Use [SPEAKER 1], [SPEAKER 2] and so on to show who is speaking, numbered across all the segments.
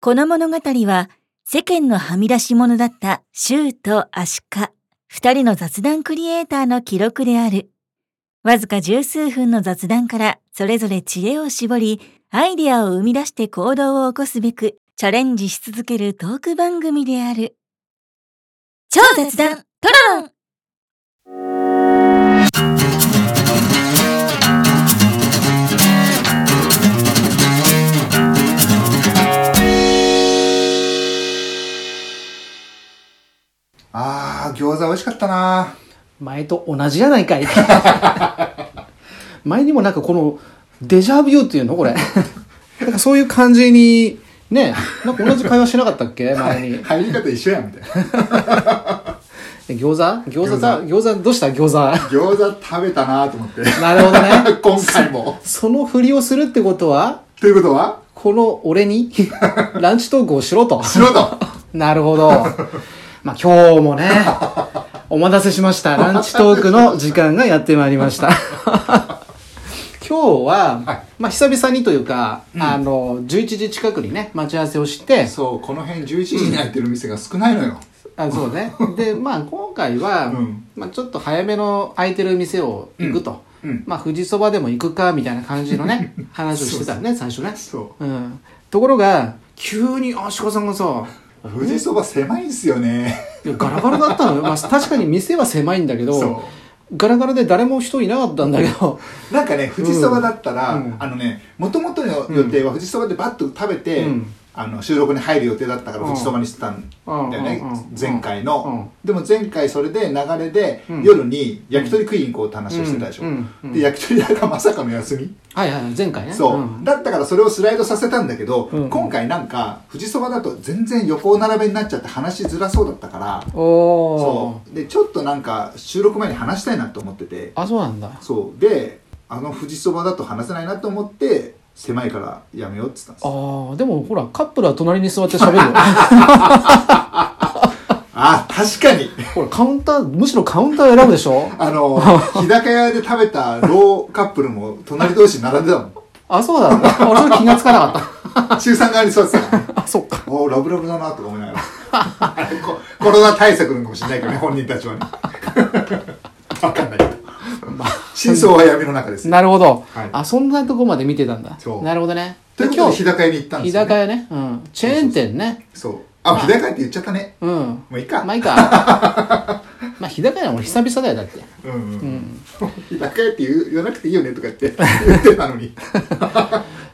[SPEAKER 1] この物語は世間のはみ出し者だったシューとアシカ、二人の雑談クリエイターの記録である。わずか十数分の雑談からそれぞれ知恵を絞り、アイデアを生み出して行動を起こすべくチャレンジし続けるトーク番組である。超雑談トロロン
[SPEAKER 2] あー、餃子美味しかったな
[SPEAKER 3] 前と同じやないかい 前にもなんかこのデジャビューっていうのこれなんかそういう感じにねなんか同じ会話しなかったっけ前に
[SPEAKER 2] 入り方一緒やん、みたいな。
[SPEAKER 3] え餃子餃子さ餃子どうした餃子
[SPEAKER 2] 餃子食べたなと思って。
[SPEAKER 3] なるほどね
[SPEAKER 2] 今回も。
[SPEAKER 3] そのふりをするってことは
[SPEAKER 2] ということは、
[SPEAKER 3] この俺 にランチトークをしろと
[SPEAKER 2] 素人
[SPEAKER 3] なるほど。まあ今日もね、お待たせしました。ランチトークの時間がやってまいりました。今日は、
[SPEAKER 2] はい
[SPEAKER 3] まあ久々にというか、あの、11時近くにね、待ち合わせをして、
[SPEAKER 2] そう、この辺11時に開いてる店が少ないのよ。
[SPEAKER 3] あそうね。で、まあ今回は、
[SPEAKER 2] うん
[SPEAKER 3] まあちょっと早めの空いてる店を行くと。
[SPEAKER 2] うんうん
[SPEAKER 3] まあ富士そばでも行くか、みたいな感じ のね、話をしてたね、最初ね。
[SPEAKER 2] そ
[SPEAKER 3] うん。ところが、急に、あ、鹿さんがさ、
[SPEAKER 2] う。富士そば狭いんすよね。
[SPEAKER 3] いやガラガラだったのよ、まあ、確かに店は狭いんだけど
[SPEAKER 2] そ
[SPEAKER 3] ガラガラで誰も人いなかったんだけど
[SPEAKER 2] う。なんかね、富士そばだったら、
[SPEAKER 3] うん
[SPEAKER 2] あのね、もともとの予定は富士そばでバッと食べて、
[SPEAKER 3] うん
[SPEAKER 2] あの収録に入る予定だったから
[SPEAKER 3] うん
[SPEAKER 2] 富士そばにしてたんだよね、
[SPEAKER 3] うんうんうん
[SPEAKER 2] 前回の、でも前回それで流れで、
[SPEAKER 3] うん
[SPEAKER 2] 夜に焼き鳥食いに行こうって話をしてたでしょ、
[SPEAKER 3] うんうん
[SPEAKER 2] で焼き鳥屋がまさかの休み、
[SPEAKER 3] はいはい前回ね
[SPEAKER 2] そう、
[SPEAKER 3] ん
[SPEAKER 2] だったからそれをスライドさせたんだけど、
[SPEAKER 3] うん
[SPEAKER 2] 今回なんか富士そばだと全然横並べになっちゃって話しづらそうだったから
[SPEAKER 3] おお
[SPEAKER 2] そうでちょっとなんか収録前に話したいなと思ってて
[SPEAKER 3] あそうなんだ
[SPEAKER 2] そうであの富士そばだと話せないなと思って狭いからやめようって言ったんです
[SPEAKER 3] あ
[SPEAKER 2] あ
[SPEAKER 3] ーでもほらカップルは隣に座って 喋るよ
[SPEAKER 2] あ確かに
[SPEAKER 3] ほらカウンターむしろカウンター選ぶでしょ
[SPEAKER 2] あの日高屋で食べたローカップルも隣同士並んでたもん
[SPEAKER 3] あそうなんだ俺それ気がつかなかっ
[SPEAKER 2] 中3側に座ってたからね
[SPEAKER 3] た あそっか
[SPEAKER 2] おーラブラブだなとか思いながら あれココロナ対策なのかもしれないけどね本人たちはね わかんないけど、真相は闇の中です
[SPEAKER 3] なるほど、
[SPEAKER 2] はい
[SPEAKER 3] あそんなとこまで見てたんだ
[SPEAKER 2] そう
[SPEAKER 3] なるほどね
[SPEAKER 2] ということで日高屋に行ったんで
[SPEAKER 3] 日
[SPEAKER 2] すよ、
[SPEAKER 3] 高
[SPEAKER 2] ね、
[SPEAKER 3] 屋ね、うん、チェーン店ね
[SPEAKER 2] そうあ日高屋って言っちゃったね
[SPEAKER 3] うん
[SPEAKER 2] もういいか、
[SPEAKER 3] まあいいか まあ日高屋は俺久々だよだって
[SPEAKER 2] うんうん、日高屋って言う言わなくていいよねとか言って言ってたのに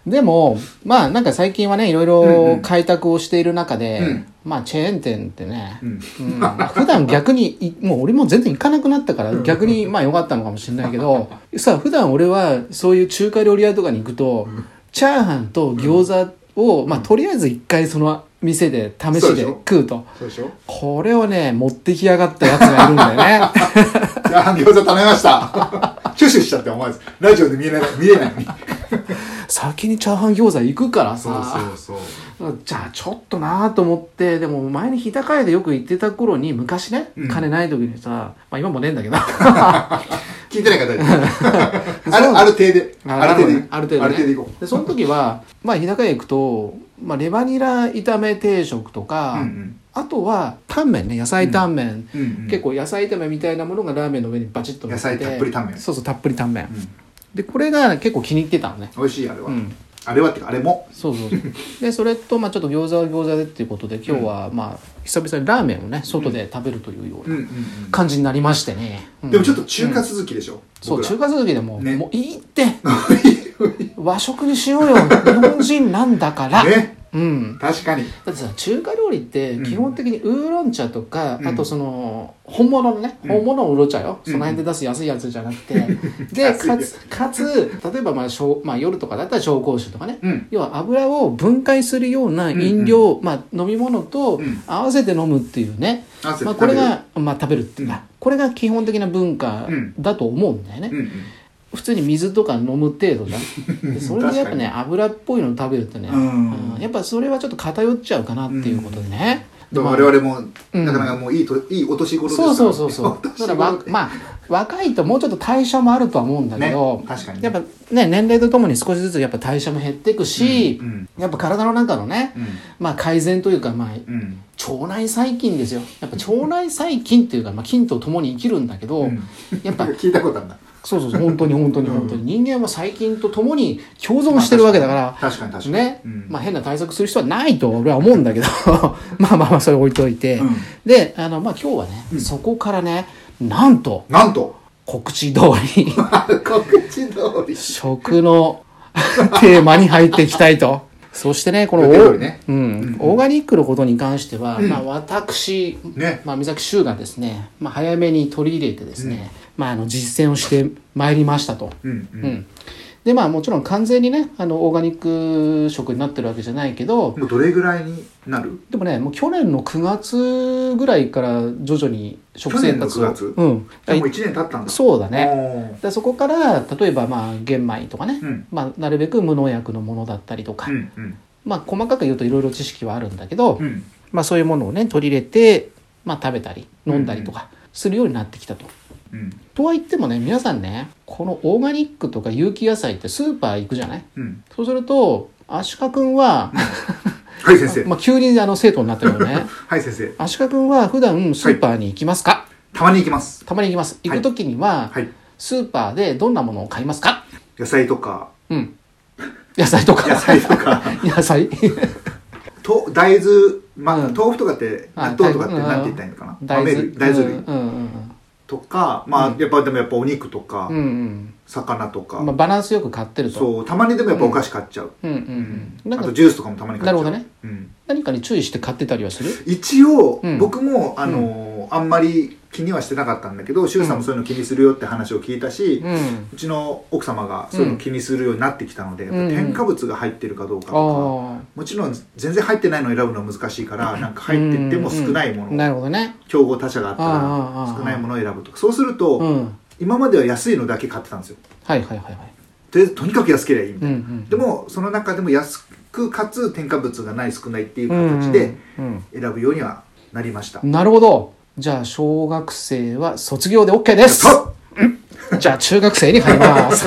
[SPEAKER 3] でも、まあなんか最近はね、いろいろ開拓をしている中で、
[SPEAKER 2] うん
[SPEAKER 3] まあチェーン店ってね、
[SPEAKER 2] うん
[SPEAKER 3] うん普段逆にい、もう俺も全然行かなくなったから、逆にまあ良かったのかもしれない けど、さあ普段俺はそういう中華料理屋とかに行くと、チャーハンと餃子を、まあとりあえず一回その店で試
[SPEAKER 2] そうで
[SPEAKER 3] しで
[SPEAKER 2] しょ
[SPEAKER 3] 食うと。
[SPEAKER 2] そうでしょ
[SPEAKER 3] これをね、持ってきやがったやつがいるんだよね。
[SPEAKER 2] じゃあ餃子食べました チュッシュしちゃって思わずラジオで見えない見えないのに
[SPEAKER 3] 先にチャーハン餃子行くからさ。
[SPEAKER 2] うそう
[SPEAKER 3] じゃあちょっとなぁと思ってでも前に日高屋でよく行ってた頃に昔ね
[SPEAKER 2] うん
[SPEAKER 3] 金ない時にさ、まあ今もねえんだけど
[SPEAKER 2] 聞いてない 方いるあるある程度ある程度
[SPEAKER 3] ある程度、ね、
[SPEAKER 2] ある程度行こ
[SPEAKER 3] でその時はまあ日高屋行くと、まあ、レバニラ炒め定食とか、
[SPEAKER 2] う、うん
[SPEAKER 3] あとはタンメンね野菜タンメン、
[SPEAKER 2] うんうんうん、
[SPEAKER 3] 結構野菜炒めみたいなものがラーメンの上にバチッと乗ってて
[SPEAKER 2] 野菜たっぷりタンメン
[SPEAKER 3] そうそうたっぷりタンメン、
[SPEAKER 2] ん
[SPEAKER 3] でこれが結構気に入ってたのね
[SPEAKER 2] 美味しいあれは、
[SPEAKER 3] うん
[SPEAKER 2] あれはってかあれも
[SPEAKER 3] そう そうそうでそれと、まあ、ちょっと餃子は餃子でっていうことで今日は、まあ久々にラーメンをね外で食べるというような感じになりましてね、うん
[SPEAKER 2] でもちょっと中華続きでしょ、
[SPEAKER 3] そう
[SPEAKER 2] 僕
[SPEAKER 3] 中
[SPEAKER 2] ら
[SPEAKER 3] 華続きでも、
[SPEAKER 2] ね
[SPEAKER 3] もういいって 和食にしようよ日本人なんだから、
[SPEAKER 2] ね
[SPEAKER 3] うん
[SPEAKER 2] 確かに
[SPEAKER 3] だってさ中華料理って
[SPEAKER 2] うん
[SPEAKER 3] 基本的にウーロン茶とか、
[SPEAKER 2] うん
[SPEAKER 3] あとその本物のね、
[SPEAKER 2] うん
[SPEAKER 3] 本物のウーロン茶よ、
[SPEAKER 2] うん
[SPEAKER 3] その辺で出す安いやつじゃ なくてで
[SPEAKER 2] 安いや
[SPEAKER 3] かつかつ例えばまあしょう、まあ、夜とかだったら紹興酒とかね、
[SPEAKER 2] うん
[SPEAKER 3] 要は油を分解するような飲料、まあ、飲み物と
[SPEAKER 2] うん
[SPEAKER 3] 合わせて飲むっていうね、
[SPEAKER 2] 合わせて
[SPEAKER 3] まあ、
[SPEAKER 2] 食
[SPEAKER 3] こ
[SPEAKER 2] べ
[SPEAKER 3] れ
[SPEAKER 2] る
[SPEAKER 3] が、まあ、食べるっていうか、
[SPEAKER 2] うん
[SPEAKER 3] これが基本的な文化だと思うんだよね、
[SPEAKER 2] うんうん
[SPEAKER 3] 普通に水とか飲む程度じゃんでそれでやっぱね油っぽいの食べるとね、
[SPEAKER 2] うん
[SPEAKER 3] うんやっぱそれはちょっと偏っちゃうかなっていうことでね、
[SPEAKER 2] でも
[SPEAKER 3] まあ
[SPEAKER 2] 我々も、
[SPEAKER 3] うん
[SPEAKER 2] なかなかもういいといいお年頃です
[SPEAKER 3] そうそうそうそうだからまあ、まあ、若いともうちょっと代謝もあるとは思うんだけど、
[SPEAKER 2] ね確かにね
[SPEAKER 3] やっぱね年齢とともに少しずつやっぱ代謝も減っていくし、
[SPEAKER 2] うんうん
[SPEAKER 3] やっぱ体の中のね、
[SPEAKER 2] うん
[SPEAKER 3] まあ、改善というか、まあ、
[SPEAKER 2] うん
[SPEAKER 3] 腸内細菌ですよやっぱ腸内細菌っていうか、まあ、菌と共に生きるんだけど、
[SPEAKER 2] ん
[SPEAKER 3] やっぱ
[SPEAKER 2] 聞いたことあるな
[SPEAKER 3] そうそうそう本当に本当に本当に、人間は細菌と共に共存してるわけだから、
[SPEAKER 2] 確かに確かに
[SPEAKER 3] ね、
[SPEAKER 2] うん
[SPEAKER 3] まあ変な対策する人はないと俺は思うんだけど まあまあまあそれ置いといて、
[SPEAKER 2] うん
[SPEAKER 3] であのまあ今日はね、そこからねなんと
[SPEAKER 2] なん と
[SPEAKER 3] 告知通り
[SPEAKER 2] 告知通り
[SPEAKER 3] 食のテーマに入っていきたいと。そしてね、この
[SPEAKER 2] 予
[SPEAKER 3] オ
[SPEAKER 2] 定通
[SPEAKER 3] ー,、
[SPEAKER 2] りね
[SPEAKER 3] うん、オーガニックのことに関しては、まあ、私、
[SPEAKER 2] ね
[SPEAKER 3] まあ、三崎修がですね、まあ、早めに取り入れてですね、まあ、あの実践をしてまいりましたと。
[SPEAKER 2] うんう
[SPEAKER 3] うんん、でまあもちろん完全にねあのオーガニック食になってるわけじゃないけど、
[SPEAKER 2] もうどれぐらいになる
[SPEAKER 3] でもねもう去年の9月ぐらいから徐々に食生活
[SPEAKER 2] 去年の9
[SPEAKER 3] を
[SPEAKER 2] 月
[SPEAKER 3] うん
[SPEAKER 2] じゃあもう1年経ったんだ
[SPEAKER 3] そうだ
[SPEAKER 2] う
[SPEAKER 3] ね
[SPEAKER 2] ね
[SPEAKER 3] でそこから例えばまあ玄米とかね、
[SPEAKER 2] うん
[SPEAKER 3] まあ、なるべく無農薬のものだったりとか、
[SPEAKER 2] うんうん
[SPEAKER 3] まあ細かく言うといろいろ知識はあるんだけど、
[SPEAKER 2] うん
[SPEAKER 3] まあ、そういうものをね取り入れて、まあ、食べたり飲んだりとかするようになってきたと。
[SPEAKER 2] うん
[SPEAKER 3] とは言ってもね皆さんねこのオーガニックとか有機野菜ってスーパー行くじゃない
[SPEAKER 2] うん
[SPEAKER 3] そうすると、アシカ君 は、
[SPEAKER 2] はい先生
[SPEAKER 3] まあ、急にあの生徒になったけど ね、
[SPEAKER 2] はい先生
[SPEAKER 3] アシカ君は普段スーパーに行きますか、
[SPEAKER 2] たまに行きます
[SPEAKER 3] たまに行きます。行くときには、
[SPEAKER 2] はい
[SPEAKER 3] スーパーでどんなものを買いますか
[SPEAKER 2] 野菜とか
[SPEAKER 3] うん。野菜とか。
[SPEAKER 2] 野菜と か
[SPEAKER 3] 野菜
[SPEAKER 2] と大豆まあ
[SPEAKER 3] うん
[SPEAKER 2] 豆腐とかって
[SPEAKER 3] あ
[SPEAKER 2] 納豆とかって
[SPEAKER 3] 大豆
[SPEAKER 2] なんて言ったらいいのかな
[SPEAKER 3] 大
[SPEAKER 2] 豆
[SPEAKER 3] 豆。
[SPEAKER 2] 類大豆類
[SPEAKER 3] うんうん
[SPEAKER 2] とかまあやっぱでもやっぱお肉と
[SPEAKER 3] うん。う
[SPEAKER 2] か
[SPEAKER 3] ん
[SPEAKER 2] 魚と
[SPEAKER 3] うん。まあ、
[SPEAKER 2] か
[SPEAKER 3] バランスよく買ってると。
[SPEAKER 2] そうたまにでもやっぱお菓子買っちゃう
[SPEAKER 3] うんう
[SPEAKER 2] うんん
[SPEAKER 3] うん。なん
[SPEAKER 2] あと
[SPEAKER 3] か、
[SPEAKER 2] ジュースとかもたまに買っちゃう
[SPEAKER 3] なるほどね
[SPEAKER 2] うん
[SPEAKER 3] 何かに注意して買ってたりはする
[SPEAKER 2] 一応、
[SPEAKER 3] うん
[SPEAKER 2] 僕もあのーあんまり気にはしてなかったんだけど周さんもそういうの気にするよって話を聞いたし、う
[SPEAKER 3] うん。
[SPEAKER 2] ちの奥様がそういうの気にするようになってきたので、
[SPEAKER 3] うん
[SPEAKER 2] 添加物が入ってるかどうか
[SPEAKER 3] あ
[SPEAKER 2] と
[SPEAKER 3] あ
[SPEAKER 2] か、もちろん全然入ってないのを選ぶのは難しいからなんか
[SPEAKER 3] ー。
[SPEAKER 2] 入ってっても少ないもの、
[SPEAKER 3] うんうんなるほどね。
[SPEAKER 2] 競合他社があった
[SPEAKER 3] あああああ
[SPEAKER 2] ら
[SPEAKER 3] あ
[SPEAKER 2] 少ないものを選ぶとかそうすると、
[SPEAKER 3] うん。
[SPEAKER 2] 今までは安いのだけ買ってたんですよ
[SPEAKER 3] はいはいはいはい。
[SPEAKER 2] でとにかく安ければいいみ
[SPEAKER 3] う
[SPEAKER 2] た
[SPEAKER 3] ん
[SPEAKER 2] いうな、
[SPEAKER 3] ん。
[SPEAKER 2] でもその中でも安くかつ添加物がない少ないっていう形で
[SPEAKER 3] うんうんうん
[SPEAKER 2] 選ぶようにはなりました、
[SPEAKER 3] なるほど。じゃあ、小学生は卒業で OK です。
[SPEAKER 2] そう
[SPEAKER 3] じゃあ、中学生に入 ります。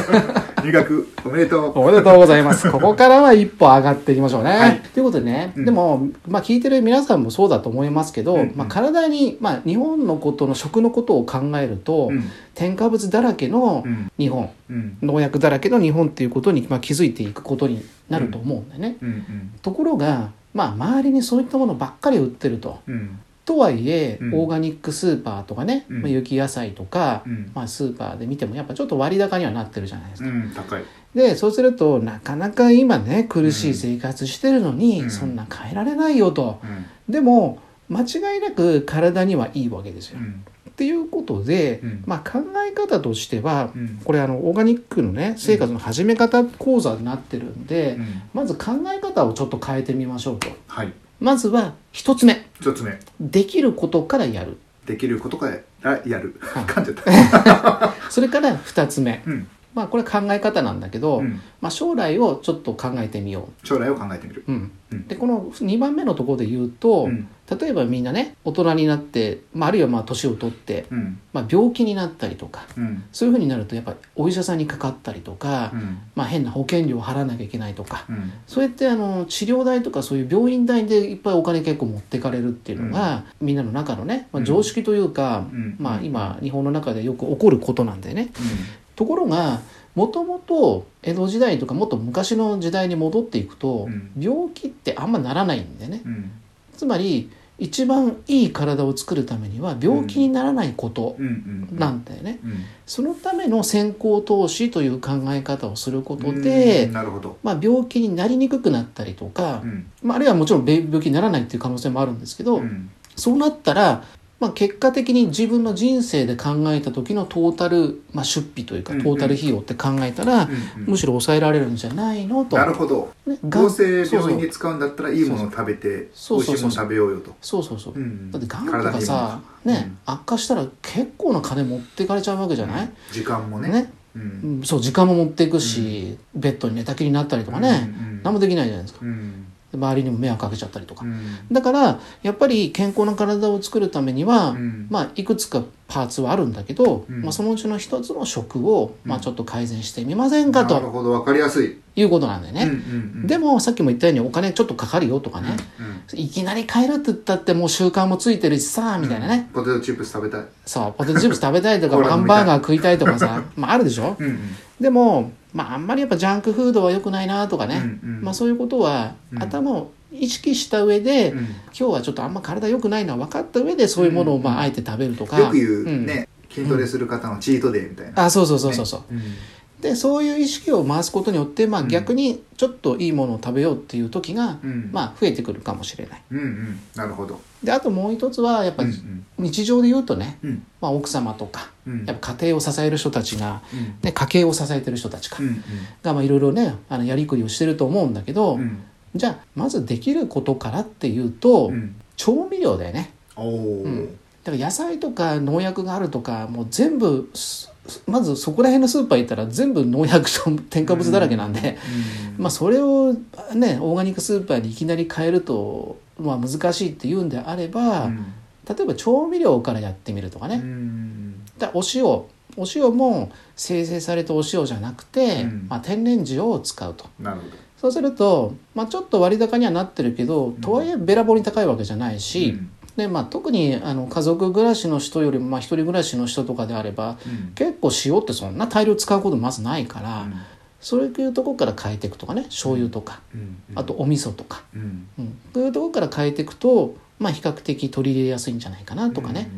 [SPEAKER 2] 入学おめでとう
[SPEAKER 3] おめでとうございます。ここからは一歩上がっていきましょうね。
[SPEAKER 2] はい
[SPEAKER 3] ということでね、
[SPEAKER 2] うん
[SPEAKER 3] でも、まあ、聞いてる皆さんもそうだと思いますけど、
[SPEAKER 2] うんうん
[SPEAKER 3] まあ、体に、まあ、日本のことの食のことを考えると、
[SPEAKER 2] うん
[SPEAKER 3] 添加物だらけの
[SPEAKER 2] うん
[SPEAKER 3] 日本、
[SPEAKER 2] うん
[SPEAKER 3] 農薬だらけの日本っていうことに、まあ、気づいていくことになると思うんだよね。
[SPEAKER 2] うんうん
[SPEAKER 3] ところが、まあ、周りにそういったものばっかり売ってると。
[SPEAKER 2] うん
[SPEAKER 3] とはいえ、
[SPEAKER 2] うん
[SPEAKER 3] オーガニックスーパーとかね、
[SPEAKER 2] うん
[SPEAKER 3] まあ、有機野菜とか、
[SPEAKER 2] うん
[SPEAKER 3] まあ、スーパーで見てもやっぱちょっと割高にはなってるじゃないです
[SPEAKER 2] う
[SPEAKER 3] か。
[SPEAKER 2] ん高い
[SPEAKER 3] でそうするとなかなか今ね苦しい生活してるのに、
[SPEAKER 2] うん
[SPEAKER 3] そんな変えられないよと。
[SPEAKER 2] うん
[SPEAKER 3] でも間違いなく体にはいいわけです
[SPEAKER 2] う
[SPEAKER 3] よ。
[SPEAKER 2] ん
[SPEAKER 3] っていうことで、
[SPEAKER 2] うん
[SPEAKER 3] まあ、考え方としては、
[SPEAKER 2] うん
[SPEAKER 3] これあのオーガニックのね生活の始め方講座になってるんで、
[SPEAKER 2] うん
[SPEAKER 3] まず考え方をちょっと変えてみましょうと。
[SPEAKER 2] はい
[SPEAKER 3] まずは一つ目
[SPEAKER 2] 一つ目
[SPEAKER 3] できることからやる。
[SPEAKER 2] できることからやる
[SPEAKER 3] はい
[SPEAKER 2] 噛んじゃった
[SPEAKER 3] それから2つ目、
[SPEAKER 2] うん
[SPEAKER 3] まあ、これ考え方なんだけど、
[SPEAKER 2] うん
[SPEAKER 3] まあ、将来をちょっと考えてみよ
[SPEAKER 2] 将来を考えてみる
[SPEAKER 3] う、うん
[SPEAKER 2] うん
[SPEAKER 3] でこの2番目のところで言うと、
[SPEAKER 2] うん
[SPEAKER 3] 例えばみんなね大人になって、まあ、あるいはまあ年を取って、
[SPEAKER 2] うん
[SPEAKER 3] まあ、病気になったりとか
[SPEAKER 2] うん
[SPEAKER 3] そういうふうになるとやっぱりお医者さんにかかったりとか、
[SPEAKER 2] うん
[SPEAKER 3] まあ、変な保険料を払わなきゃいけないとか。
[SPEAKER 2] うん
[SPEAKER 3] そうやってあの治療代とかそういう病院代でいっぱいお金結構持ってかれるっていうのが、みんなの中のね、まあ、常識というか、
[SPEAKER 2] うん
[SPEAKER 3] まあ、今日本の中でよく起こることなんだよね。ところがもともと江戸時代とかもっと昔の時代に戻っていくと、
[SPEAKER 2] うん
[SPEAKER 3] 病気ってあんまならないんだよね
[SPEAKER 2] うんうん
[SPEAKER 3] つまり一番いい体を作るためには病気にならないこと
[SPEAKER 2] うんうん
[SPEAKER 3] なんだよね、
[SPEAKER 2] うん
[SPEAKER 3] そのための先行投資という考え方をすること
[SPEAKER 2] う
[SPEAKER 3] で、
[SPEAKER 2] んなるほど
[SPEAKER 3] まあ、病気になりにくくなったりとか
[SPEAKER 2] う、ん
[SPEAKER 3] まあ、あるいはもちろん病病気にならないっていう可能性もあるんですけど、
[SPEAKER 2] うん
[SPEAKER 3] そうなったら、まあ、結果的に自分の人生で考えた時のトータル、まあ、出費というか
[SPEAKER 2] う
[SPEAKER 3] ト
[SPEAKER 2] んうん
[SPEAKER 3] ータル費用って考えたら、
[SPEAKER 2] うんうん
[SPEAKER 3] むしろ抑えられるんじゃないのと。
[SPEAKER 2] なるほど
[SPEAKER 3] ねが
[SPEAKER 2] どうせ
[SPEAKER 3] そう
[SPEAKER 2] 病院に使うんだったらいいものを食べて美
[SPEAKER 3] そう
[SPEAKER 2] 味し
[SPEAKER 3] そうそう
[SPEAKER 2] いもの食べようよと
[SPEAKER 3] そうそうそうそう。
[SPEAKER 2] うん
[SPEAKER 3] だって癌とかさ、
[SPEAKER 2] 体にいいもの
[SPEAKER 3] ね、悪化したら結構な金持ってかれちゃうわけじゃない、
[SPEAKER 2] 時間もね
[SPEAKER 3] ね、
[SPEAKER 2] うん
[SPEAKER 3] うんそう時間も持っていくし、ベッドに寝たきりになったりとかね、
[SPEAKER 2] うんうん
[SPEAKER 3] 何もできないじゃないですか。
[SPEAKER 2] うん
[SPEAKER 3] 周りにも迷惑かけちゃったりとか、
[SPEAKER 2] うん
[SPEAKER 3] だからやっぱり健康な体を作るためには、
[SPEAKER 2] うん
[SPEAKER 3] まあ、いくつかパーツはあるんだけど、
[SPEAKER 2] うん
[SPEAKER 3] まあ、そのうちの一つの食を、まあ、
[SPEAKER 2] うん
[SPEAKER 3] ちょっと改善してみませんか
[SPEAKER 2] なる
[SPEAKER 3] と
[SPEAKER 2] ほど、わかりやすい。
[SPEAKER 3] いうことなんだよね。
[SPEAKER 2] うんうんうん
[SPEAKER 3] でもさっきも言ったようにお金ちょっとかかるよとかね、
[SPEAKER 2] うん
[SPEAKER 3] いきなり買えるって言ったってもう習慣もついてるしさみたいなね、
[SPEAKER 2] ポテトチップス食べたい。
[SPEAKER 3] そうポテトチップス食べた いとか
[SPEAKER 2] コーラ
[SPEAKER 3] ハ
[SPEAKER 2] 飲
[SPEAKER 3] ン
[SPEAKER 2] みたい
[SPEAKER 3] バーガー食いたいと かさまああるでしょ
[SPEAKER 2] うんうん
[SPEAKER 3] でも、まあ、あんまりやっぱジャンクフードは良くないなとかね、
[SPEAKER 2] うんうん
[SPEAKER 3] まあ、そういうことは
[SPEAKER 2] うん
[SPEAKER 3] 頭を意識した上で、
[SPEAKER 2] うん
[SPEAKER 3] 今日はちょっとあんま体良くないのは分かった上でそういうものをまああえて食べるとか
[SPEAKER 2] よく言う、
[SPEAKER 3] ん
[SPEAKER 2] ね、筋トレする方のチートデーみたいな。
[SPEAKER 3] あそうそうそうそうそう、
[SPEAKER 2] うん
[SPEAKER 3] でそういう意識を回すことによって、まあ、
[SPEAKER 2] うん
[SPEAKER 3] 逆にちょっといいものを食べようっていう時が、
[SPEAKER 2] うん
[SPEAKER 3] まあ、増えてくるかもしれない
[SPEAKER 2] うんうん。なるほど。
[SPEAKER 3] であともう一つはやっぱ
[SPEAKER 2] うんう
[SPEAKER 3] り
[SPEAKER 2] ん
[SPEAKER 3] 日常で言うとね、
[SPEAKER 2] うん
[SPEAKER 3] まあ、奥様とか
[SPEAKER 2] うん
[SPEAKER 3] やっぱ家庭を支える人たちが、
[SPEAKER 2] うん
[SPEAKER 3] ね、家計を支えてる人たちか、
[SPEAKER 2] うんうん
[SPEAKER 3] がまあいろいろねあのやりくりをしてると思うんだけど、
[SPEAKER 2] うん
[SPEAKER 3] じゃあまずできることからっていうと、
[SPEAKER 2] うん
[SPEAKER 3] 調味料だよね
[SPEAKER 2] おお
[SPEAKER 3] うんだから野菜とか農薬があるとかもう全部すすまずそこら辺のスーパー行ったら全部農薬と添加物だらけなんで、まあ、それをねオーガニックスーパーにいきなり買えると、まあ、難しいって言うんであれば、例えば調味料からやってみるとかね、だお塩お塩も生成されたお塩じゃなくて、
[SPEAKER 2] うん
[SPEAKER 3] まあ、天然塩を使うと
[SPEAKER 2] なるほど
[SPEAKER 3] そうすると、まあ、ちょっと割高にはなってるけど、とはいえべらぼうに高いわけじゃないし、
[SPEAKER 2] うん
[SPEAKER 3] でまあ、特にあの家族暮らしの人よりも、まあ、一人暮らしの人とかであれば
[SPEAKER 2] うん
[SPEAKER 3] 結構塩ってそんな大量使うことまずないから、
[SPEAKER 2] うん
[SPEAKER 3] そういうとこから変えていくとかね醤油とか、
[SPEAKER 2] うん
[SPEAKER 3] あとお味噌とか、
[SPEAKER 2] うん
[SPEAKER 3] うん、そういうとこから変えていくと、まあ、比較的取り入れやすいんじゃないかなとかね、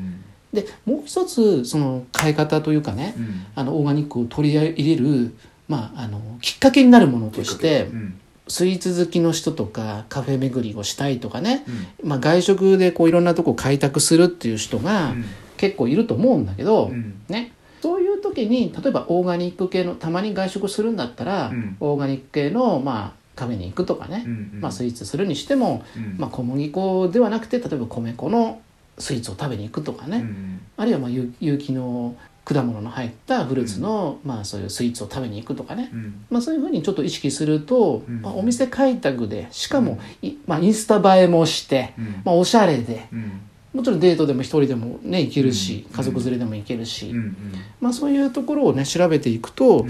[SPEAKER 3] でもう一つその変え方というかね、
[SPEAKER 2] うんうん
[SPEAKER 3] あのオーガニックを取り入れる、まあ、あのきっかけになるものとして
[SPEAKER 2] うん
[SPEAKER 3] スイーツ好きの人とかカフェ巡りをしたいとかね、
[SPEAKER 2] うん
[SPEAKER 3] まあ、外食でこういろんなとこ開拓するっていう人が結構いると思うんだけど、
[SPEAKER 2] うん
[SPEAKER 3] ね、そういう時に例えばオーガニック系のたまに外食するんだったら、
[SPEAKER 2] うん
[SPEAKER 3] オーガニック系の、まあ、カフェに行くとかね、
[SPEAKER 2] うん
[SPEAKER 3] まあ、スイーツするにしても、
[SPEAKER 2] うん
[SPEAKER 3] まあ、小麦粉ではなくて例えば米粉のスイーツを食べに行くとかね、
[SPEAKER 2] うん
[SPEAKER 3] あるいはまあ有有機の果物の入ったフルーツの、まあそういうスイーツを食べに行くとかね、
[SPEAKER 2] うん
[SPEAKER 3] まあ、そういうふうにちょっと意識すると、
[SPEAKER 2] うん
[SPEAKER 3] まあ、お店開拓でしかもい、まあ、インスタ映えもして、
[SPEAKER 2] うん
[SPEAKER 3] まあ、おしゃれで
[SPEAKER 2] うん
[SPEAKER 3] もちろんデートでも一人でもね行けるし、
[SPEAKER 2] うん
[SPEAKER 3] 家族連れでも行けるし、
[SPEAKER 2] うんうん
[SPEAKER 3] まあ、そういうところをね調べていくと、
[SPEAKER 2] うん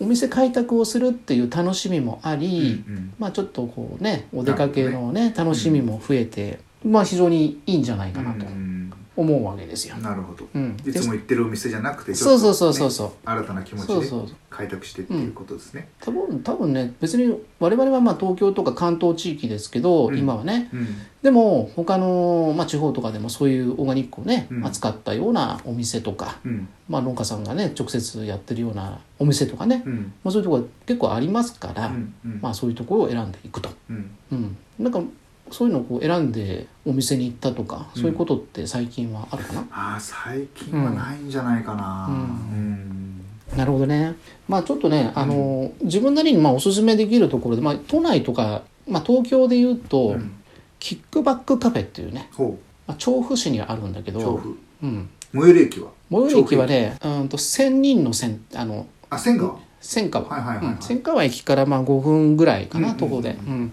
[SPEAKER 3] お店開拓をするっていう楽しみもあり、
[SPEAKER 2] うん
[SPEAKER 3] まあ、ちょっとこうねお出かけのね楽しみも増えて、まあ、非常にいいんじゃないかなと
[SPEAKER 2] うん
[SPEAKER 3] 思うわけですよ。
[SPEAKER 2] なるほど
[SPEAKER 3] うん、
[SPEAKER 2] い
[SPEAKER 3] で
[SPEAKER 2] つも行ってるお店じゃなくて
[SPEAKER 3] そうそうそうそうそう
[SPEAKER 2] ちょっとね新たな気持ち
[SPEAKER 3] そうそう
[SPEAKER 2] で開拓してっていうことですね
[SPEAKER 3] 多分多分ね別に我々はまあ東京とか関東地域ですけど、
[SPEAKER 2] うん
[SPEAKER 3] 今はね
[SPEAKER 2] うん
[SPEAKER 3] でも他のまあ地方とかでもそういうオーガニックをね、
[SPEAKER 2] うん
[SPEAKER 3] 扱ったようなお店とか、
[SPEAKER 2] うん
[SPEAKER 3] まあ、農家さんがね直接やってるようなお店とかね、
[SPEAKER 2] うん
[SPEAKER 3] まあ、そういうところ結構ありますから、
[SPEAKER 2] うんうん
[SPEAKER 3] まあ、そういうところを選んでいくと、
[SPEAKER 2] うん
[SPEAKER 3] うん、なんかそういうのをこう選んでお店に行ったとか、
[SPEAKER 2] うん
[SPEAKER 3] そういうことって最近はあるかな
[SPEAKER 2] ああ最近はないんじゃないかな
[SPEAKER 3] うん
[SPEAKER 2] うん
[SPEAKER 3] なるほどね。まあちょっとね、あの、自分なりにまあおすすめできるところで、まあ都内とか、まあ東京で言うと、
[SPEAKER 2] うん
[SPEAKER 3] キックバックカフェっていうね、
[SPEAKER 2] ほ
[SPEAKER 3] まあ、調布市にあるんだけ
[SPEAKER 2] う調
[SPEAKER 3] ど、
[SPEAKER 2] 布
[SPEAKER 3] うん。
[SPEAKER 2] 最寄り駅は
[SPEAKER 3] 最寄り駅はね、うんと、千人の線、あの、
[SPEAKER 2] あ千川
[SPEAKER 3] 千川。
[SPEAKER 2] はいはいはいはい
[SPEAKER 3] うん千川駅からまあ5分ぐらいかな、
[SPEAKER 2] うん
[SPEAKER 3] 徒歩で。
[SPEAKER 2] うんう
[SPEAKER 3] うん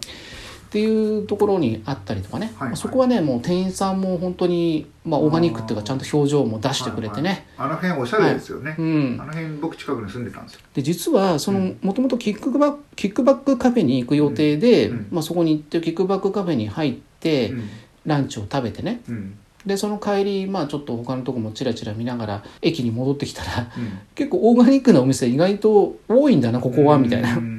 [SPEAKER 3] っていうところにあったりとかね、
[SPEAKER 2] はいはい
[SPEAKER 3] そこはねもう店員さんも本当に、まあ、オーガニックっていうかちゃんと表情も出してくれてね、
[SPEAKER 2] はいはいあの辺おしゃれですよねあ
[SPEAKER 3] うん、
[SPEAKER 2] の辺僕近くに住んでたんですよ
[SPEAKER 3] で実はそのもともとキックバックキックバックカフェに行く予定で、
[SPEAKER 2] うん
[SPEAKER 3] まあ、そこに行ってキックバックカフェに入って、
[SPEAKER 2] うん
[SPEAKER 3] ランチを食べてね
[SPEAKER 2] うん
[SPEAKER 3] でその帰り、まあ、ちょっと他のとこもチラチラ見ながら駅に戻ってきたら
[SPEAKER 2] うん
[SPEAKER 3] 結構オーガニックなお店意外と多いんだなここはみたいな、
[SPEAKER 2] うん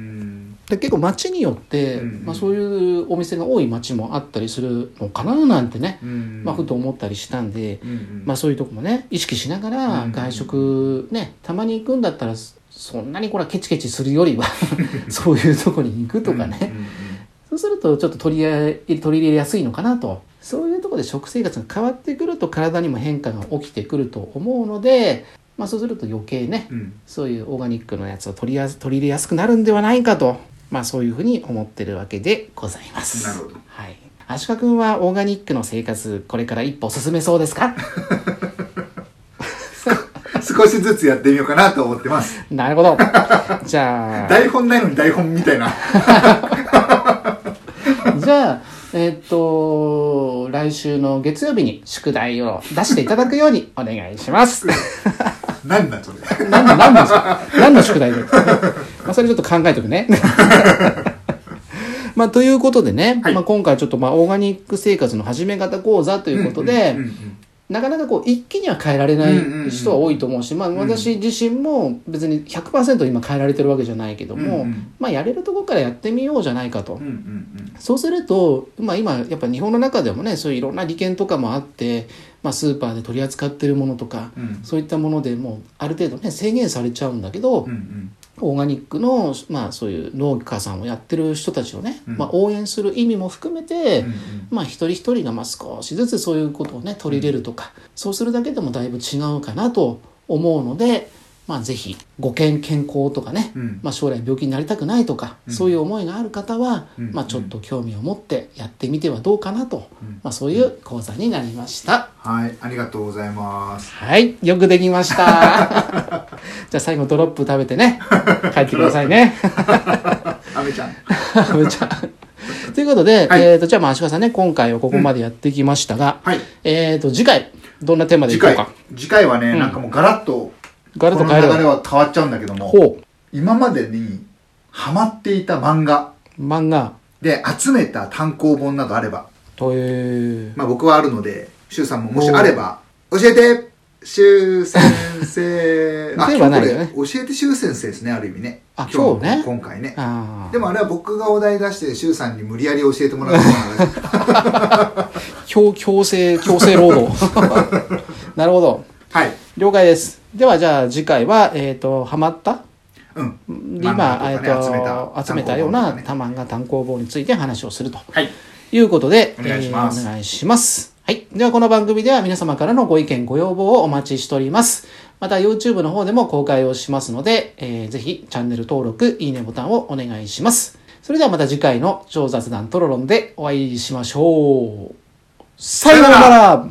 [SPEAKER 3] で結構街によって、
[SPEAKER 2] うん
[SPEAKER 3] まあ、そういうお店が多い街もあったりするのかななんてね、
[SPEAKER 2] うん
[SPEAKER 3] まあ、ふと思ったりしたんで、
[SPEAKER 2] うんうん
[SPEAKER 3] まあ、そういうとこもね意識しなが
[SPEAKER 2] う
[SPEAKER 3] ら
[SPEAKER 2] ん
[SPEAKER 3] 外食ねたまに行くんだったらそそんなにこれはケチケチするより はそういうとこに行くとか
[SPEAKER 2] うん
[SPEAKER 3] ね
[SPEAKER 2] うんうん
[SPEAKER 3] そうするとちょっと取り入れ取り入れやすいのかなとそういうとこで食生活が変わってくると体にも変化が起きてくると思うので、まあ、そうすると余計ね
[SPEAKER 2] うん
[SPEAKER 3] そういうオーガニックのやつを取りやす取り入れやすくなるんではないかと、まあ、そういうふうに思ってるわけでございます。
[SPEAKER 2] なるほど
[SPEAKER 3] はいアシカ君はオーガニックの生活これから一歩進めそうですか
[SPEAKER 2] 少しずつやってみようかなと思ってます
[SPEAKER 3] なるほど。じゃあ、
[SPEAKER 2] 台本ないのに台本みたいな
[SPEAKER 3] じが、えっと、来週の月曜日に宿題を出していただくようにお願いします。
[SPEAKER 2] 何 なんそれ。
[SPEAKER 3] 何の、何の宿題、何の宿題だよまあ、それちょっと考えとくね。まあ、ということでね、
[SPEAKER 2] はい
[SPEAKER 3] まあ、今回ちょっと、まあ、オーガニック生活の始め方講座ということで、
[SPEAKER 2] うんうんうん
[SPEAKER 3] なかなかこう、一気には変えられな
[SPEAKER 2] うんうんうん
[SPEAKER 3] い人は多いと思うし、まあ、私自身も別に100%今変えられてるわけじゃないけども、
[SPEAKER 2] うんうん
[SPEAKER 3] まあ、やれるところからやってみようじゃないかと
[SPEAKER 2] うん。うん
[SPEAKER 3] そうすると、まあ、今やっぱ日本の中でもねそういういろんな利権とかもあって、まあ、スーパーで取り扱ってるものとか、
[SPEAKER 2] うんうん
[SPEAKER 3] そういったものでもうある程度ね制限されちゃうんだけど、
[SPEAKER 2] うんうん
[SPEAKER 3] オーガニックの、まあ、そういう農家さんをやってる人たちをね、
[SPEAKER 2] うん
[SPEAKER 3] まあ、応援する意味も含めて、
[SPEAKER 2] うんうん
[SPEAKER 3] まあ、一人一人がまあ少しずつそういうことをね取り入れるとか、そうするだけでもだいぶ違うかなと思うので、まあ、ぜひご健健康とかね、
[SPEAKER 2] うん
[SPEAKER 3] まあ、将来病気になりたくないとか、
[SPEAKER 2] うん
[SPEAKER 3] そういう思いがある方は、
[SPEAKER 2] うん
[SPEAKER 3] まあ、ちょっと興味を持ってやってみてはどうかなと、
[SPEAKER 2] うん
[SPEAKER 3] まあ、そういう講座になりました。
[SPEAKER 2] はい、ありがとうございます。
[SPEAKER 3] はい、よくで きました。じゃあ最後ドロップ食べてね、帰ってくださ いね。
[SPEAKER 2] あめちゃ ん。
[SPEAKER 3] めちゃということで、
[SPEAKER 2] はい
[SPEAKER 3] えっ、と、じゃあまあ、足利さんね、今回はここまでやってきましたが、
[SPEAKER 2] はい。
[SPEAKER 3] えっ、と、次回、どんなテーマでい
[SPEAKER 2] 次
[SPEAKER 3] こう
[SPEAKER 2] 回
[SPEAKER 3] か。、
[SPEAKER 2] 次回はね、
[SPEAKER 3] うん
[SPEAKER 2] なんかもうガラッと、
[SPEAKER 3] ガラッと変え
[SPEAKER 2] この流れ
[SPEAKER 3] る。
[SPEAKER 2] は変わっちゃうんだけども、
[SPEAKER 3] ほ
[SPEAKER 2] 今までにハマっていた漫画
[SPEAKER 3] う、漫画、
[SPEAKER 2] で集めた単行本などあれば、
[SPEAKER 3] という、
[SPEAKER 2] まあ僕はあるので、シュウさんももしあれば、教えてシュウ先 生
[SPEAKER 3] ではないよね
[SPEAKER 2] 今日これ教えてシュウ先生ですね、ある意味ね。
[SPEAKER 3] あ今日ね
[SPEAKER 2] 今回ね。
[SPEAKER 3] あ
[SPEAKER 2] でもあれは僕がお題出して、シュウさんに無理やり教えてもらうような 話
[SPEAKER 3] あ、強強制、強制労 働。なるほど。
[SPEAKER 2] はい。
[SPEAKER 3] 了解です。では、じゃあ次回は、えっ、と、ハマった
[SPEAKER 2] うん。
[SPEAKER 3] で
[SPEAKER 2] 漫画
[SPEAKER 3] 今、えっ、
[SPEAKER 2] とかね
[SPEAKER 3] と、集めたような
[SPEAKER 2] 単行本とかね
[SPEAKER 3] 多漫画単行本について話をすると。
[SPEAKER 2] はい。
[SPEAKER 3] ということで、
[SPEAKER 2] お願いします
[SPEAKER 3] えーお願いします。はい。では、この番組では皆様からのご意見、ご要望をお待ちしております。また、YouTube の方でも公開をしますので、えーぜひ、チャンネル登録、いいねボタンをお願いします。それではまた次回の超雑談トロロンでお会いしましょう。さようなら